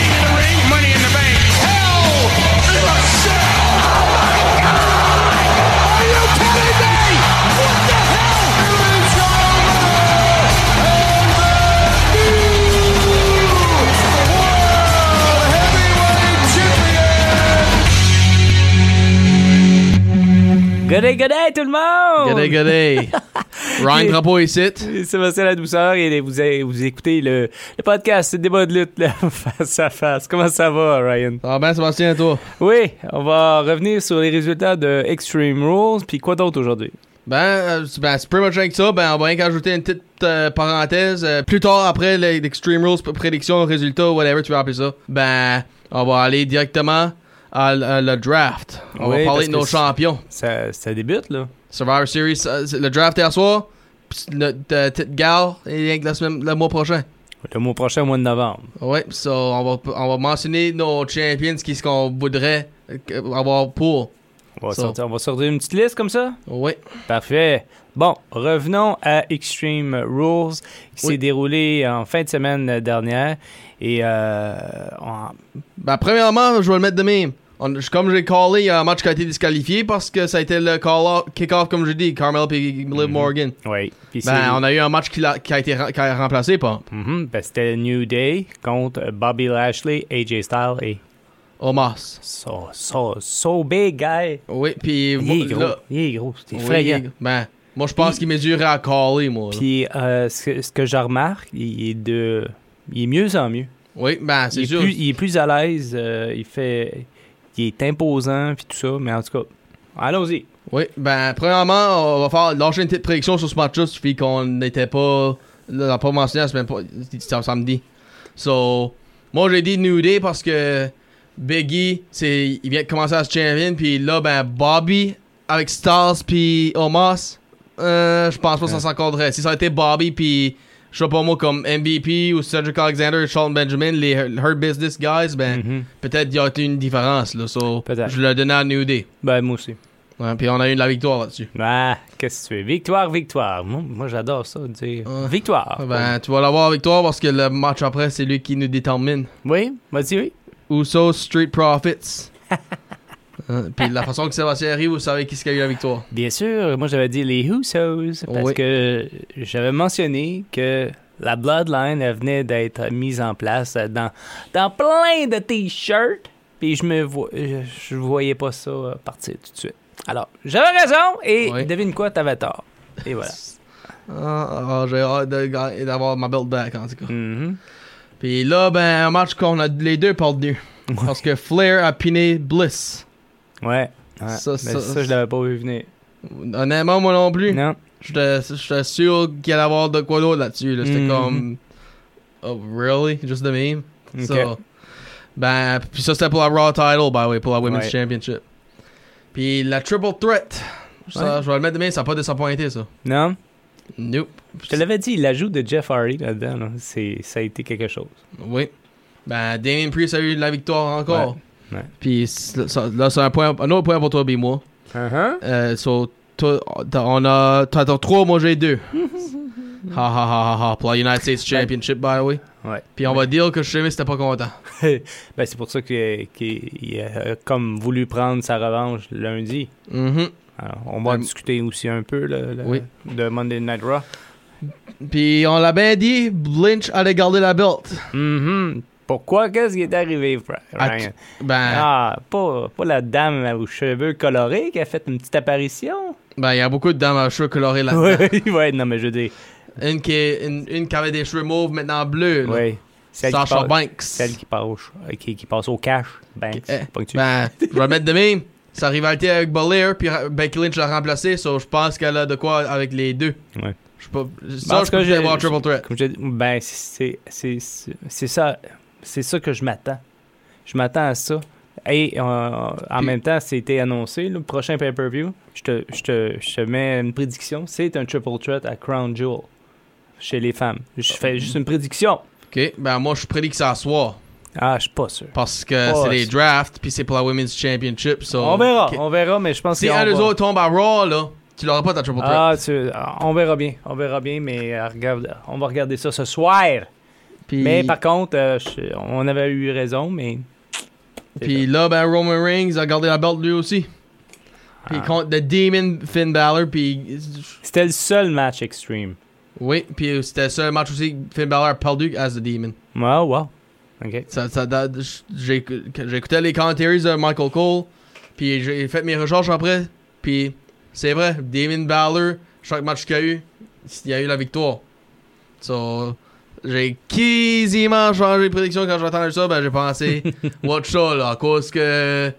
King of the ring, money in the bank. Hell in a cell. Are you kidding me? What the hell? Good day, good day, tout le monde! Good day, good day. Ryan Drapeau ici. C'est Marcel La Douceur et vous, vous écoutez le, le podcast, le débat de lutte, là, face à face. Comment ça va, Ryan? Ça va bien, Ah, ben, Sébastien, toi? Oui, on va revenir sur les résultats de Extreme Rules, puis quoi d'autre aujourd'hui? Ben, euh, ben c'est pretty much rien que ça. Ben, on va rien qu'ajouter une petite euh, parenthèse. Euh, plus tard, après l'Extreme Rules, prédiction, résultat, whatever tu veux appeler ça, ben, on va aller directement à, à le draft. On Oui, parce va parler de que nos c'est- champions. Ça, ça débute, là. Survivor Series, euh, c'est le draft hier soir. Pis notre euh, petite gare est rien que la semaine, le mois prochain. Le mois prochain, au mois de novembre. Ouais, so on va, on va mentionner nos champions, qui ce qu'on voudrait euh, avoir pour. On va, Ça. sortir, on va sortir une petite liste comme ça? Ouais. Parfait. Bon, revenons à Extreme Rules qui Oui. s'est déroulé en fin de semaine dernière. Et euh, on- Ben, premièrement, je vais le mettre de même. On- je- comme j'ai callé, il y a un match qui a été disqualifié parce que ça a été le call-off- kick-off, comme je dis, Carmel et Liv Morgan. Oui. Puis Mhm. c'est- Ben, on a eu un match qui, l'a- qui a été ra- qui a remplacé, pas Mhm, ben, c'était New Day contre Bobby Lashley, AJ Styles et Omas. So, so, so Big Guy. Oui, puis moi, Il est gros. là- Il est gros. C'est Oui, effrayant. ben, moi, je pense qu'il mesurait à caller, moi. là. Puis euh, ce, que- ce que je remarque, il est de. Il est mieux en mieux. Oui, ben, Il c'est est, sûr. plus, il est plus à l'aise. euh, il fait. Il est imposant, puis tout ça. Mais en tout cas, allons-y. Oui, ben, premièrement, on va faire lâcher une petite prédiction sur ce match-là, suffit qu'on n'était pas. là, on l'a pas mentionné la semaine pas- c'était samedi. So, moi j'ai dit New Day parce que Biggie, c'est, il vient de commencer à se champion, puis là, ben, Bobby avec Stars puis Omos, euh, je pense pas que ça s'encontrerait. Si ça a été Bobby puis, je sais pas moi, comme MVP ou Cedric Alexander, Sean Benjamin, les Her Business Guys, ben, Mhm. peut-être il y a eu une différence, là. So, Peut-être. je le donnais à New Day. Ben, moi aussi. Ouais, puis on a eu de la victoire là-dessus. Ah, qu'est-ce que tu veux? Victoire, victoire. Moi, moi, j'adore ça, dire Ouais. victoire. Ah, Ben, tu vas l'avoir avec toi parce que le match après, c'est lui qui nous détermine. Oui, vas-y, oui. Uso Street Profits. Hein, Puis la façon que Sébastien arrive, vous savez qui ce qui a eu la victoire. Bien sûr, moi j'avais dit les Husos parce Oui. que j'avais mentionné que la Bloodline elle venait d'être mise en place dans, dans plein de t-shirts, puis je me vo- je, je voyais pas ça euh, partir tout de suite. Alors, j'avais raison et Oui. devine quoi, t'avais tort. Et voilà. Ah, ah, J'ai hâte de ga- d'avoir ma belt back en tout cas. Mhm. Puis là, ben, un match qu'on a les deux perdus. Parce que Flair a piné Bliss. Ouais. Ouais. Ça, Mais ça- ça, je l'avais pas vu venir. Honnêtement, moi non plus. Non. J'étais j'étais sûr qu'il allait avoir de quoi d'autre là-dessus. là. C'était Mhm. comme. Oh, really? Just the meme? Ok. So, ben, puis ça, c'était pour la Raw title, by the way, pour la Women's Ouais. Championship. Puis la Triple Threat. Ça, Ouais. Je vais le mettre demain, ça n'a pas désappointé, ça. Non. Nope. Je te l'avais dit, l'ajout de Jeff Hardy là-dedans, là, c'est ça a été quelque chose. Oui. Ben, Damien Priest a eu la victoire encore. Ouais. Ouais. Puis ça- ça- là, c'est un, point, un autre point pour toi, Bimo. Euh, so, toi, t'as- on a. T'as t'as trois, moi j'ai deux. ha ha ha ha ha. Pour la United States Championship, by the way. Ouais. Puis on va dire que Sheamus n'était pas content. Ben, c'est pour ça qu'il qu'il- il a comme voulu prendre sa revanche lundi. Mhm. Mm-hmm. Alors, on va Euh, discuter aussi un peu là, là, oui. de Monday Night Raw. Puis on l'a bien dit, Lynch allait garder la belt. Mhm. Pourquoi? Qu'est-ce qui est arrivé, Fra- À Ryan? qui- Ben, Ah, pas, pas la dame aux cheveux colorés qui a fait une petite apparition? Ben, il y a beaucoup de dames à cheveux colorés là. Oui, ouais, non, mais je dis. Une, qui est- une, une qui avait des cheveux mauves, maintenant bleus. là. Oui. Celle, qui Sasha passe, Banks. celle qui, passe, euh, qui, qui passe au cash. Banks. Eh, Ponctué. Ben, je vais le mettre de même. Sa rivalité avec Belair, puis Ra- Becky Lynch l'a remplacé, so je pense qu'elle a de quoi avec les deux. Ouais. Ben, Je sais pas. en Ça, tout je cas, peux j'ai- peut-être voir Triple Threat. Comme je dis, ben, c'est c'est- c'est- c'est ça, c'est ça que je m'attends. Je m'attends à ça. Et euh, en Puis- même temps, c'était annoncé, le prochain pay-per-view. Je te, je, te, je te mets une Ah. prédiction. C'est un triple threat à Crown Jewel chez les femmes. Je fais juste une prédiction. OK. Ben, moi, je prédis que ça soit. Ah, je suis pas sûr. Parce que Ouais, c'est les Oh, c'est- drafts, puis c'est pour la Women's Championship. so- On verra, OK. on verra, mais je pense Si qu'on un des va- autres tombe à Raw, là, tu l'auras pas ta triple threat. Ah, tu- ah, on verra bien, on verra bien, mais euh, regarde, on va regarder ça ce soir. Puis- Mais par contre, euh, je- on avait eu raison, mais Puis là, ben, Roman Reigns a gardé la belt lui aussi. Puis Ah. contre The Demon Finn Balor, puis. c'était le seul match extreme. Oui, puis c'était ça le match aussi que Finn Balor a perdu as The Demon. Wow, wow. OK. Ça, ça date- j'ai- J'écoutais les commentaries de Michael Cole, puis j'ai fait mes recherches après, puis c'est vrai, Damon Balor, chaque match qu'il y a eu, il y a eu la victoire. So, j'ai quasiment changé de prédiction quand j'ai entendu ça, ben j'ai pensé, watch ça là, à cause que.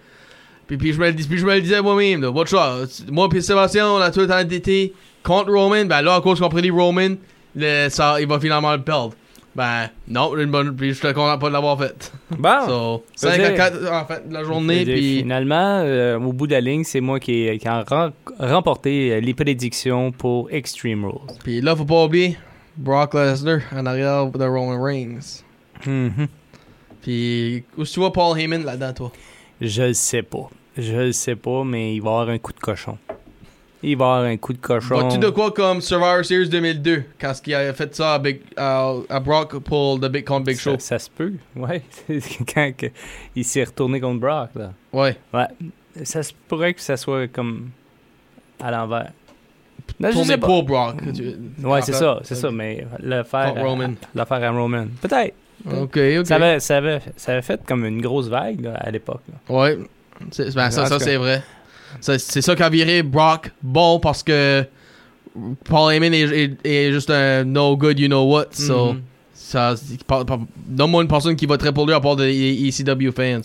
Puis, puis, je, me, le dis- puis je me le disais moi-même, là, watch ça. Moi puis Sébastien, on a tout le temps été contre Roman, ben là, à cause qu'on prédit Roman, le- ça, il va finalement le perdre. Ben, non, j'ai une bonne. Puis je suis content pas de l'avoir fait. Bon. So, Je veux 5 à dire- 4 en fait de la Je journée, veux dire, puis. Finalement, euh, au bout de la ligne, c'est moi qui ai qui a ren- remporté euh, les prédictions pour Extreme Rules. Puis là, faut pas oublier Brock Lesnar en arrière de Roman Reigns. Mhm. Puis, où tu vois Paul Heyman là-dedans, toi Je le sais pas. Je le sais pas, mais il va y avoir un coup de cochon. Il va y avoir un coup de cochon. Vois-tu de quoi comme Survivor Series 2002 quand il a fait ça à, Big, à, à Brock pour le Big Con Big Show Ça, ça se peut, ouais. C'est Quand que- il s'est retourné contre Brock, là. Ouais. Ouais. Ça se pourrait que ça soit comme à l'envers. Non, Ben, je Tourné sais pas. Mm. pour Brock. Tu- Ouais, c'est Ah, ça, c'est ça, mais le faire, Contre Roman. à, le faire à Roman. Peut-être. Ok, ok. Ça, avait, ça, avait, ça avait fait comme une grosse vague là, à l'époque. là. Ouais. C'est- ben, En ça, tout ça cas. c'est vrai. Ça, C'est ça qui a viré Brock bon parce que Paul Heyman est, est- est juste un no good, you know what. So, Mhm. ça, par- par- donne-moi une personne qui voterait pour lui à part E- des ECW fans.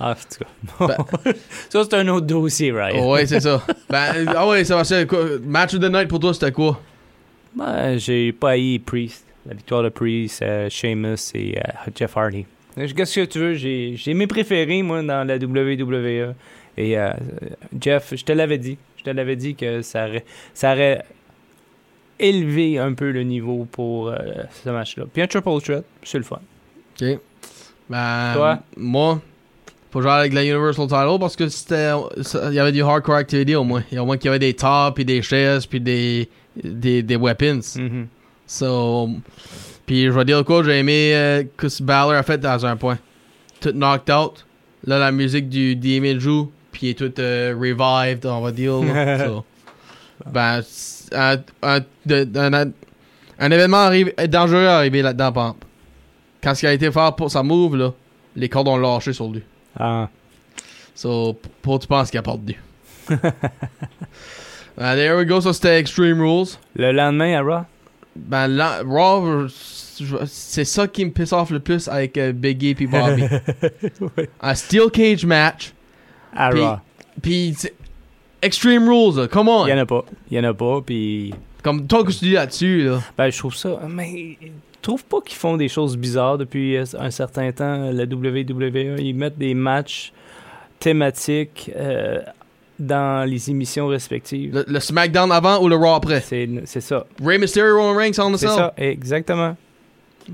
Ah, en tout cas. Ben, ça, c'est un autre dossier, right? Oh, ouais, c'est ça. Ben, ah ouais, ça va c'est quoi- Match of the night pour toi, c'était quoi Ben, j'ai pas haï Priest. La victoire de Priest, euh, Sheamus et euh, Jeff Hardy. Euh, Je- Qu'est-ce que tu veux? J'ai j'ai mes préférés, moi, dans la WWE. Et euh, Jeff, je te l'avais dit. Je te l'avais dit que ça aurait, ça aurait élevé un peu le niveau pour euh, ce match-là. Puis un triple threat, c'est le fun. Ok. Ben, Toi? moi, faut jouer avec la Universal Title parce que c'était. ça- Il y avait du hardcore activity au moins. Il y a au moins qu'il y avait des tables, puis des chaises, puis des, des, des weapons. So, puis je vais dire quoi, j'ai aimé euh, que Balor a fait dans un point. Tout knocked out. Là, la musique du DMA joue, puis il est tout euh, revived, on va dire. là. So, ben, c'est un, un, de- un- un événement arrive, dangereux est arrivé là-dedans, par exemple. Quand ce qui a été fait pour sa move, là, les cordes ont lâché sur lui. Ah. So, p- pour tu penses qu'il a perdu. Ben, there we go, ça c'était Extreme Rules. Le lendemain à Raw? Ben là, Raw, je- c'est ça qui me pisse off le plus avec euh, Biggie puis Bobby. Un steel cage match, À Puis- Raw. puis c'est- Extreme Rules, là, come on. Il y en a pas. Il y en a pas, puis... Comme toi que tu dis là-dessus, là. Ben, je trouve ça. Mais je trouve pas qu'ils font des choses bizarres depuis euh, un certain temps, la WWE. Ils mettent des matchs thématiques euh, dans les émissions respectives. Le, le SmackDown avant ou le Raw après. C'est c'est ça. Rey Mysterio, Roman Reigns, on the C'est cell. ça, exactement.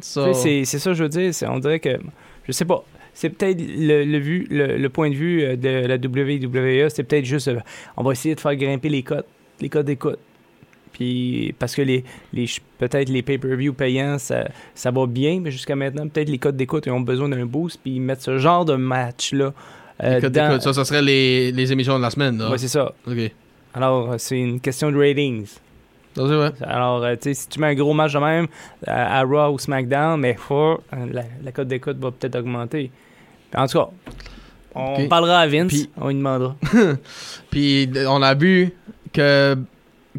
So, Tu sais, C'est c'est ça que je veux dire. C'est- On dirait que. Je sais pas. C'est peut-être le, le vu, le, le point de vue euh, de la WWE, c'est peut-être juste. euh, on va essayer de faire grimper les cotes, les cotes d'écoute. Puis, parce que les, les ch- peut-être les pay-per-view payants, ça, ça va bien, mais jusqu'à maintenant, peut-être les cotes d'écoute ils ont besoin d'un boost, puis ils mettent ce genre de match-là. euh, écoute, dans- écoute, ça, ça serait les, les émissions de la semaine, là. Ouais, c'est ça. ok. Alors, euh, c'est une question de ratings. Ça, c'est vrai. Alors, euh, tu sais, si tu mets un gros match de même euh, à, à Raw ou SmackDown, mais oh, la, la cote d'écoute va peut-être augmenter. En tout cas, on Ok. parlera à Vince, Puis- on lui demandera. Puis d- on a vu que,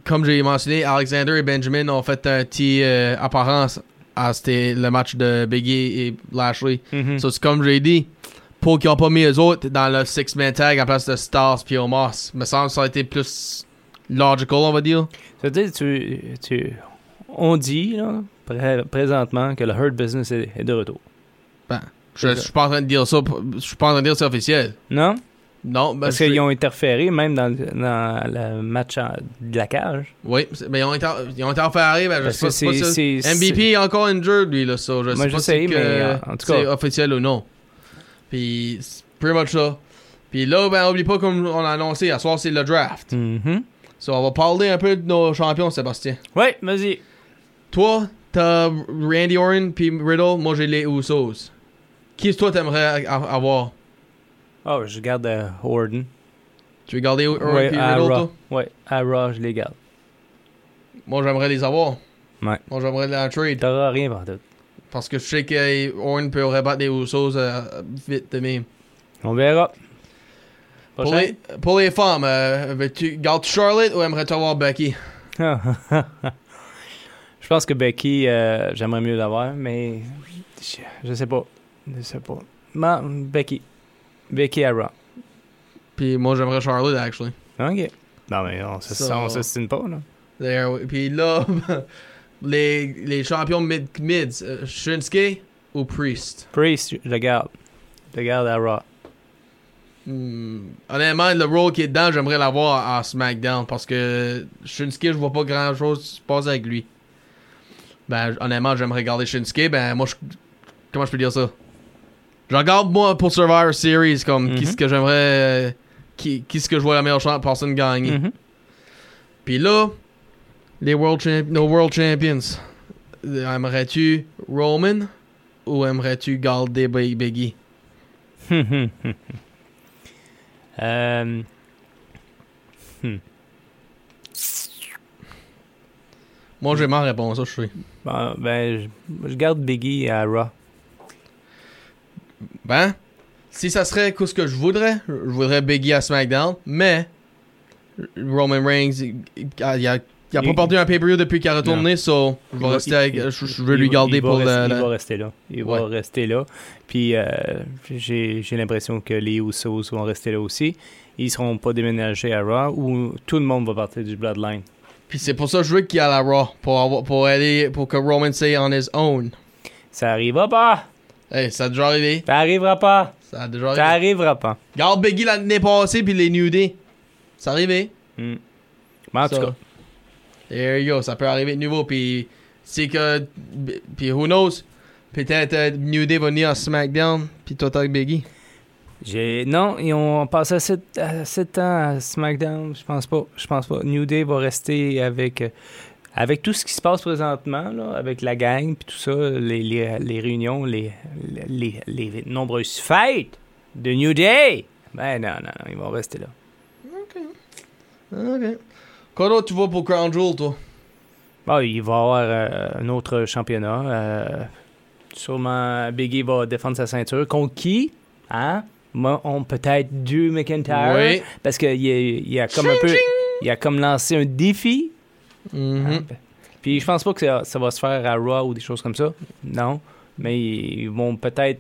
comme j'ai mentionné, Alexander et Benjamin ont fait un petit euh, apparence à c'était le match de Biggie et Lashley. Hmm. Mhm. So, c'est comme j'ai dit, pour qu'ils n'ont pas mis les autres dans le six-man tag en place de Stars puis Omos. Me semble que ça a été plus logical, on va dire. Ça veut dire, tu, tu- on dit là, pré- présentement que le Hurt Business est, est de retour. Je je suis pas en train de dire ça, pour- je suis pas en train de dire que c'est officiel. Non? Non, ben, Parce c'est- qu'ils ont interféré même dans, le- dans le match en- de la cage. Oui, c'est- mais ils ont été, ils ont été en faire ben, je Parce sais pas, que c'est pas c'est- ça. c'est- MVP est encore injured, lui, là, so, je Moi, sais je pas sais, si que, mais, euh, en- en tout cas. c'est officiel ou non. Puis, c'est pretty much ça. Puis là, ben, oublie pas, comme on a annoncé, à soir, c'est le draft. Mhm. So, on va parler un peu de nos champions, Sébastien. Ouais, vas-y. Toi, t'as Randy Orton puis Riddle, moi, j'ai les Usos. Qui, toi, t'aimerais a- avoir? Oh, je garde euh, Orton. Tu veux garder Orton Ouais, puis à Riddle, Raw. toi? Ouais, à Raw, je les garde. Moi, j'aimerais les avoir. Ouais. Moi, j'aimerais la trade. T'auras rien par tout. Parce que je sais que Orton peut rebattre les Usos euh, vite de même. On verra. Pour les, pour les femmes, euh, veux-tu- gardes-tu Charlotte ou aimerais-tu avoir Becky? je pense que Becky, euh, j'aimerais mieux l'avoir, mais je, je sais pas. Je sais pas. Ma- Becky. Becky à Raw. Puis moi, j'aimerais Charlotte, actually. OK. Non, mais on se Ça- on s'estime pas, là. There we- Puis là, les, les champions mid, mids, euh, Shinsuke ou Priest? Priest, je le garde. Je le garde à Raw. Hmm, Honnêtement, le rôle qui est dedans, j'aimerais l'avoir à SmackDown parce que Shinsuke, je vois pas grand-chose se passer avec lui. Ben, honnêtement, j'aimerais garder Shinsuke. Ben, moi, je- comment je peux dire ça? Je regarde, moi, pour Survivor Series, comme, Mhm. qu'est-ce que j'aimerais... euh, qui, qu'est-ce que je vois la meilleure chan- personne gagner. Mhm. Puis là, les World, Champ- nos World Champions. Aimerais-tu Roman ou aimerais-tu garder Big- Biggie? Mhm. Euh, hmm. Moi, j'ai ma réponse, ça, je sais. Bon, ben, je, je garde Biggie à Raw. Ben, si ça serait que ce que je voudrais, je voudrais Biggie à SmackDown, mais Roman Reigns, il il- il a, il a pas Il- porté un pay-per-view depuis qu'il a retourné, so je, Il vais va- rester il- avec- il- je, je veux il- lui il garder va pour rester- le- Il va le- rester là. Il va Ouais. rester là. Puis euh, j'ai j'ai l'impression que les Usos vont rester là aussi. Ils seront pas déménagés à Raw où tout le monde va partir du Bloodline. Puis c'est pour ça que je veux qu'il y ait la Raw, pour, avoir- pour, aller, pour que Roman soit on his own. Ça arrivera pas. Hey, ça a déjà arrivé. Ça arrivera pas. Ça a déjà Ça arrivé. arrivera pas. Garde Biggie l'année passée, puis les New Day. C'est arrivé. Hmm. Mais en tout So, cas, There you go, ça peut arriver de nouveau. Puis c'est que. Puis who knows? Peut-être euh, New Day va venir à SmackDown. Puis toi, t'as Biggie. j'ai non, ils ont passé assez, assez de temps à SmackDown. Je pense pas. Je pense pas. New Day va rester avec euh, avec tout ce qui se passe présentement, là, avec la gang puis tout ça, les, les- les réunions, les, les, les- les nombreuses fêtes de New Day. Ben non, non, non, ils vont rester là. Ok. Quoi d'autre tu vas pour Crown Jewel, toi? Bon, il va y avoir euh, un autre championnat. euh, sûrement, Biggie va défendre sa ceinture. Contre qui? Hein? Moi, on peut-être Drew McIntyre. Oui. Parce qu'il a, il a comme un peu... Il a comme lancé un défi. Mhm. Hein? Puis je pense pas que ça, ça va se faire à Raw ou des choses comme ça. Non. Mais ils ils vont peut-être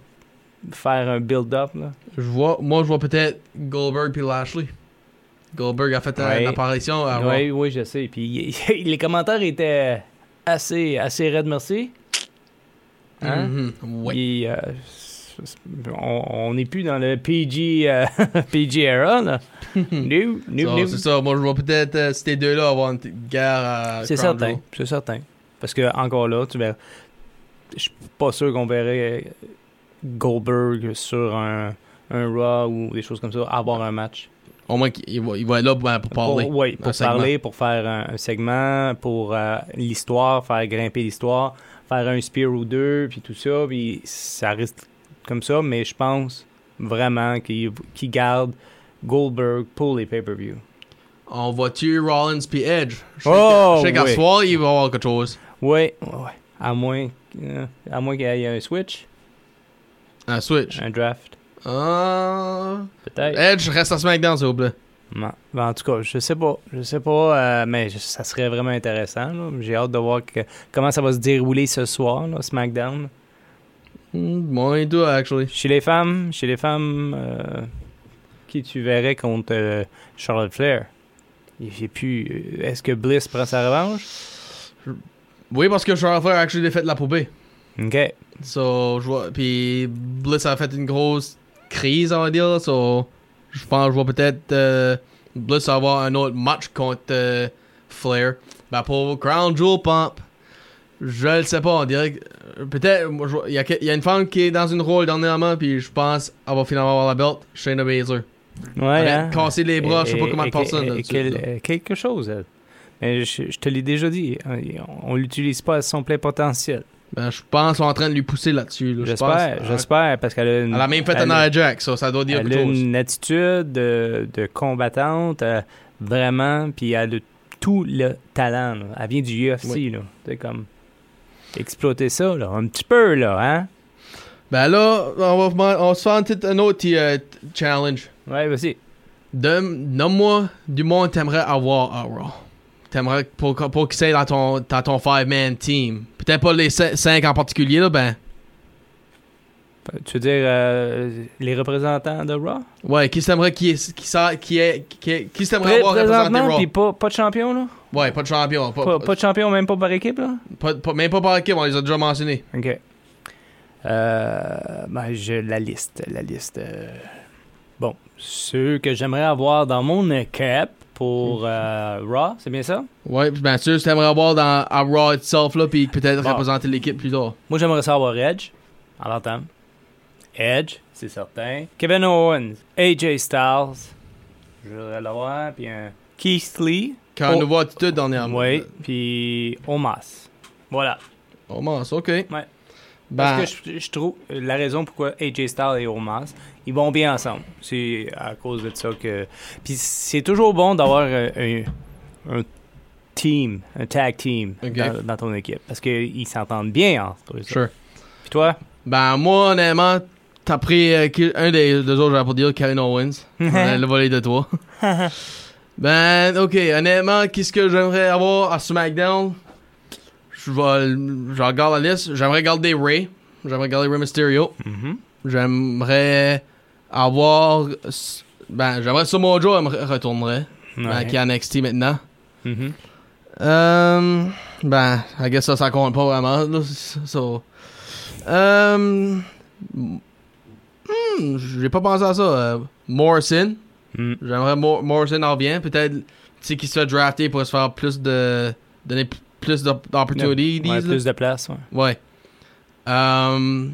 faire un build-up. là. Je vois, moi, je vois peut-être Goldberg puis Lashley. Goldberg a fait euh, Ouais. une apparition à Raw. oui, oui, je sais. Puis il- les commentaires étaient assez, assez raides, merci. Hein? Mhm. Ouais. Et, euh, c- c- on on n'est plus dans le PG, euh, PG era, là. New, new, So, new. c'est ça, moi je vois peut-être euh, ces deux-là avoir une petite guerre à C'est Crown certain, Jewel. c'est certain. Parce que, encore là, tu verras. Je suis pas sûr qu'on verrait euh, Goldberg sur un, un Raw ou des choses comme ça avoir un match. Au moins, qu'il- il va, il va être là pour, pour parler. Pour, oui, Un pour segment. parler, pour faire un, un segment, pour euh, l'histoire, faire grimper l'histoire, faire un spear ou deux, puis tout ça, puis ça reste comme ça, mais je pense vraiment qu'il qu'il garde Goldberg pour les pay-per-view. On va tuer Rollins puis Edge. Je sais Oh, que- je sais qu'à oui. soir, il va y avoir quelque chose. Oui, ouais, ouais. à moins, euh, à moins qu'il y ait un switch, Un Switch. un draft, Ah. peut-être. Edge, reste à SmackDown, s'il vous plaît. Non. Ben, en tout cas, je sais pas. Je sais pas, euh, mais je- ça serait vraiment intéressant. là. J'ai hâte de voir que- comment ça va se dérouler ce soir, là, SmackDown. Mm, Moins deux, actually. Chez les femmes, chez les femmes, euh, qui tu verrais contre euh, Charlotte Flair? Il fait plus. euh, Est-ce que Bliss prend sa revanche? Oui, parce que Charlotte Flair, actually, a fait de la poupée. Ok. So, je vois. Puis, Bliss a fait une grosse crise, on va dire. So, Je pense que je vais peut-être euh, Bliss avoir un autre match contre euh, Flair. Ben pour Crown Jewel Pump, je le sais pas. On dirait que- euh, peut-être moi, je vois- il y, a que- il y a une femme qui est dans une rôle dernièrement, puis je pense qu'elle va finalement avoir la belt. Shayna Baszler. Ouais, Elle a hein. cassé les bras, je sais pas Et- comment de et- personnes. et- là, et dessus, quel- là. euh, quelque chose, elle. Mais je, je te l'ai déjà dit, hein, on, on l'utilise pas à son plein potentiel. Ben, je pense qu'on est en train de lui pousser là-dessus. là, je J'espère, pense. j'espère, parce qu'elle a une, Elle a même fait un elle- Nia Jack, ça, ça doit dire elle quelque a chose. une attitude de, de combattante, euh, vraiment, puis elle a tout le talent. là. Elle vient du UFC, Oui. là. C'est comme exploiter ça, là, un petit peu, là, hein? Ben là, on va, on se fait un petit- un autre euh, t- challenge. Ouais, vas-y. De, nomme-moi du monde que t'aimerais avoir à Raw. T'aimerais pour, pour qu'ils soient dans ton, dans ton five-man team. Peut-être pas les 5 en particulier, là, ben. Tu veux dire euh, les représentants de Raw? Ouais, qui t'aimerais qui, est- qui, sa- qui, est- qui, est- qui t'aimerais avoir représenté Représentant, Raw? puis pas, pas de champion, là? Ouais, pas de champion. Pas, Pas, pas de champion, même pas par équipe, là? pas- pas- même pas par équipe, on les a déjà mentionnés. OK. Euh, ben, je, la liste, la liste. euh, Bon, ceux que j'aimerais avoir dans mon équipe Mhm. pour euh, Raw, c'est bien ça? Ouais, puis bien sûr, t'aimerais avoir dans, à Raw itself, là, puis peut-être Bon. représenter l'équipe plus tard. Moi, j'aimerais ça avoir Edge, en l'entend. Edge, c'est certain. Kevin Owens, AJ Styles, je voudrais l'avoir, puis un Keith Lee, Quand Oh. nous voit tout dernièrement. oui, puis Omas. Voilà. On Oh, mince, ok. Ouais. Ben, Parce que je, je trouve euh, la raison pourquoi AJ Styles et Omas, ils vont bien ensemble. C'est à cause de ça que. Puis c'est toujours bon d'avoir euh, un, un team, un tag team Ok. dans, dans ton équipe. Parce qu'ils s'entendent bien entre eux. autres. sure. Puis toi? Ben, moi, honnêtement, t'as pris euh, qui- un des deux autres, j'avais pour dire, Karen Owens. Euh, le volet de toi. ben, ok, honnêtement, qu'est-ce que j'aimerais avoir à SmackDown Je vais. le- Je regarde la liste. J'aimerais garder Ray. J'aimerais garder Ray Mysterio. Mhm. J'aimerais avoir. s- Ben, j'aimerais Samoa Joe me re- retournerait. ben, Ouais. qui est à NXT maintenant. Mhm. Euh, ben, I guess ça, ça compte pas vraiment. Là, so. Euh, hmm, j'ai pas pensé à ça. Euh, Morrison. Mm. J'aimerais Mo- Morrison en revient. Peut-être tu sais, qu'il se fait drafter pour se faire plus de. donner p- plus d'op- d'opportunités. Ouais, là. plus de place, ouais. Ouais. Euh,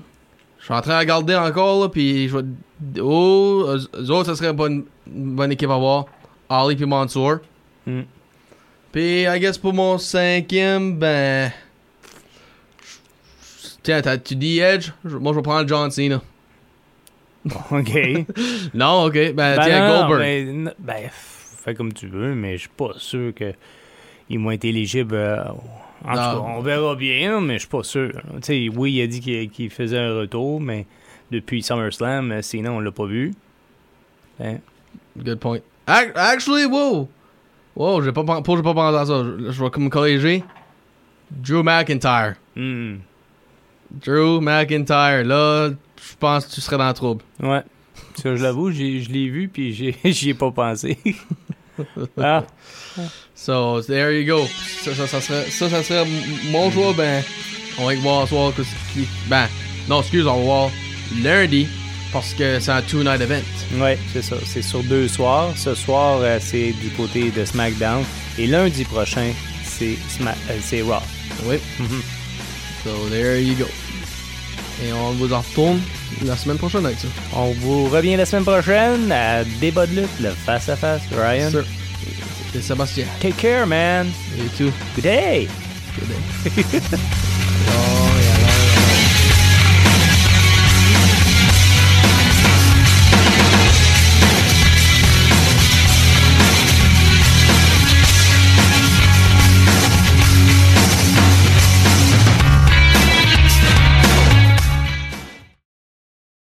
je suis en train de regarder encore, là, puis je vais. Oh, eux eux autres, ça serait une bonne, une bonne équipe à voir. Ali puis Mansour. Mm. Puis, I guess pour mon cinquième, ben. Tiens, t'as- tu dis Edge Je- Moi, je vais prendre John Cena. OK. Non, ok. Ben, Ben tiens, non, non, Goldberg. mais n- ben, f- fais comme tu veux, mais je suis pas sûr que ils vont être éligibles. euh, en tout Non. cas, on verra bien, mais je suis pas sûr. Tu sais, oui, il a dit qu'il qu'il faisait un retour, mais depuis SummerSlam, euh, sinon, on l'a pas vu. Good point. Ac- Actually, wow. Wow, j'ai pas, pen- pour, j'ai pas pensé à ça. Je, je vais me corriger. Drew McIntyre. Hmm. Drew McIntyre, là, je pense que tu serais dans le trouble. Ouais. Ça, je l'avoue, j'ai- je l'ai vu, puis j'ai- j'y ai pas pensé. ah, So, there you go. Ça, ça, ça serait, ça, ça serait m- mon choix. Ben, on va voir ce soir. qu'est-ce qui- Ben, non, excuse, on va voir lundi. Parce que c'est un two-night event. ouais, c'est ça. C'est sur deux soirs. Ce soir, euh, c'est du côté de SmackDown. Et lundi prochain, c'est Sma- euh, c'est Raw. Oui. Mhm. So, there you go. Et on vous en retourne la semaine prochaine avec ça. On vous revient la semaine prochaine à Débat de lutte, le face-à-face. Ryan, Sir. C'est Sébastien. take care, man. Et tout. Good day. Oh.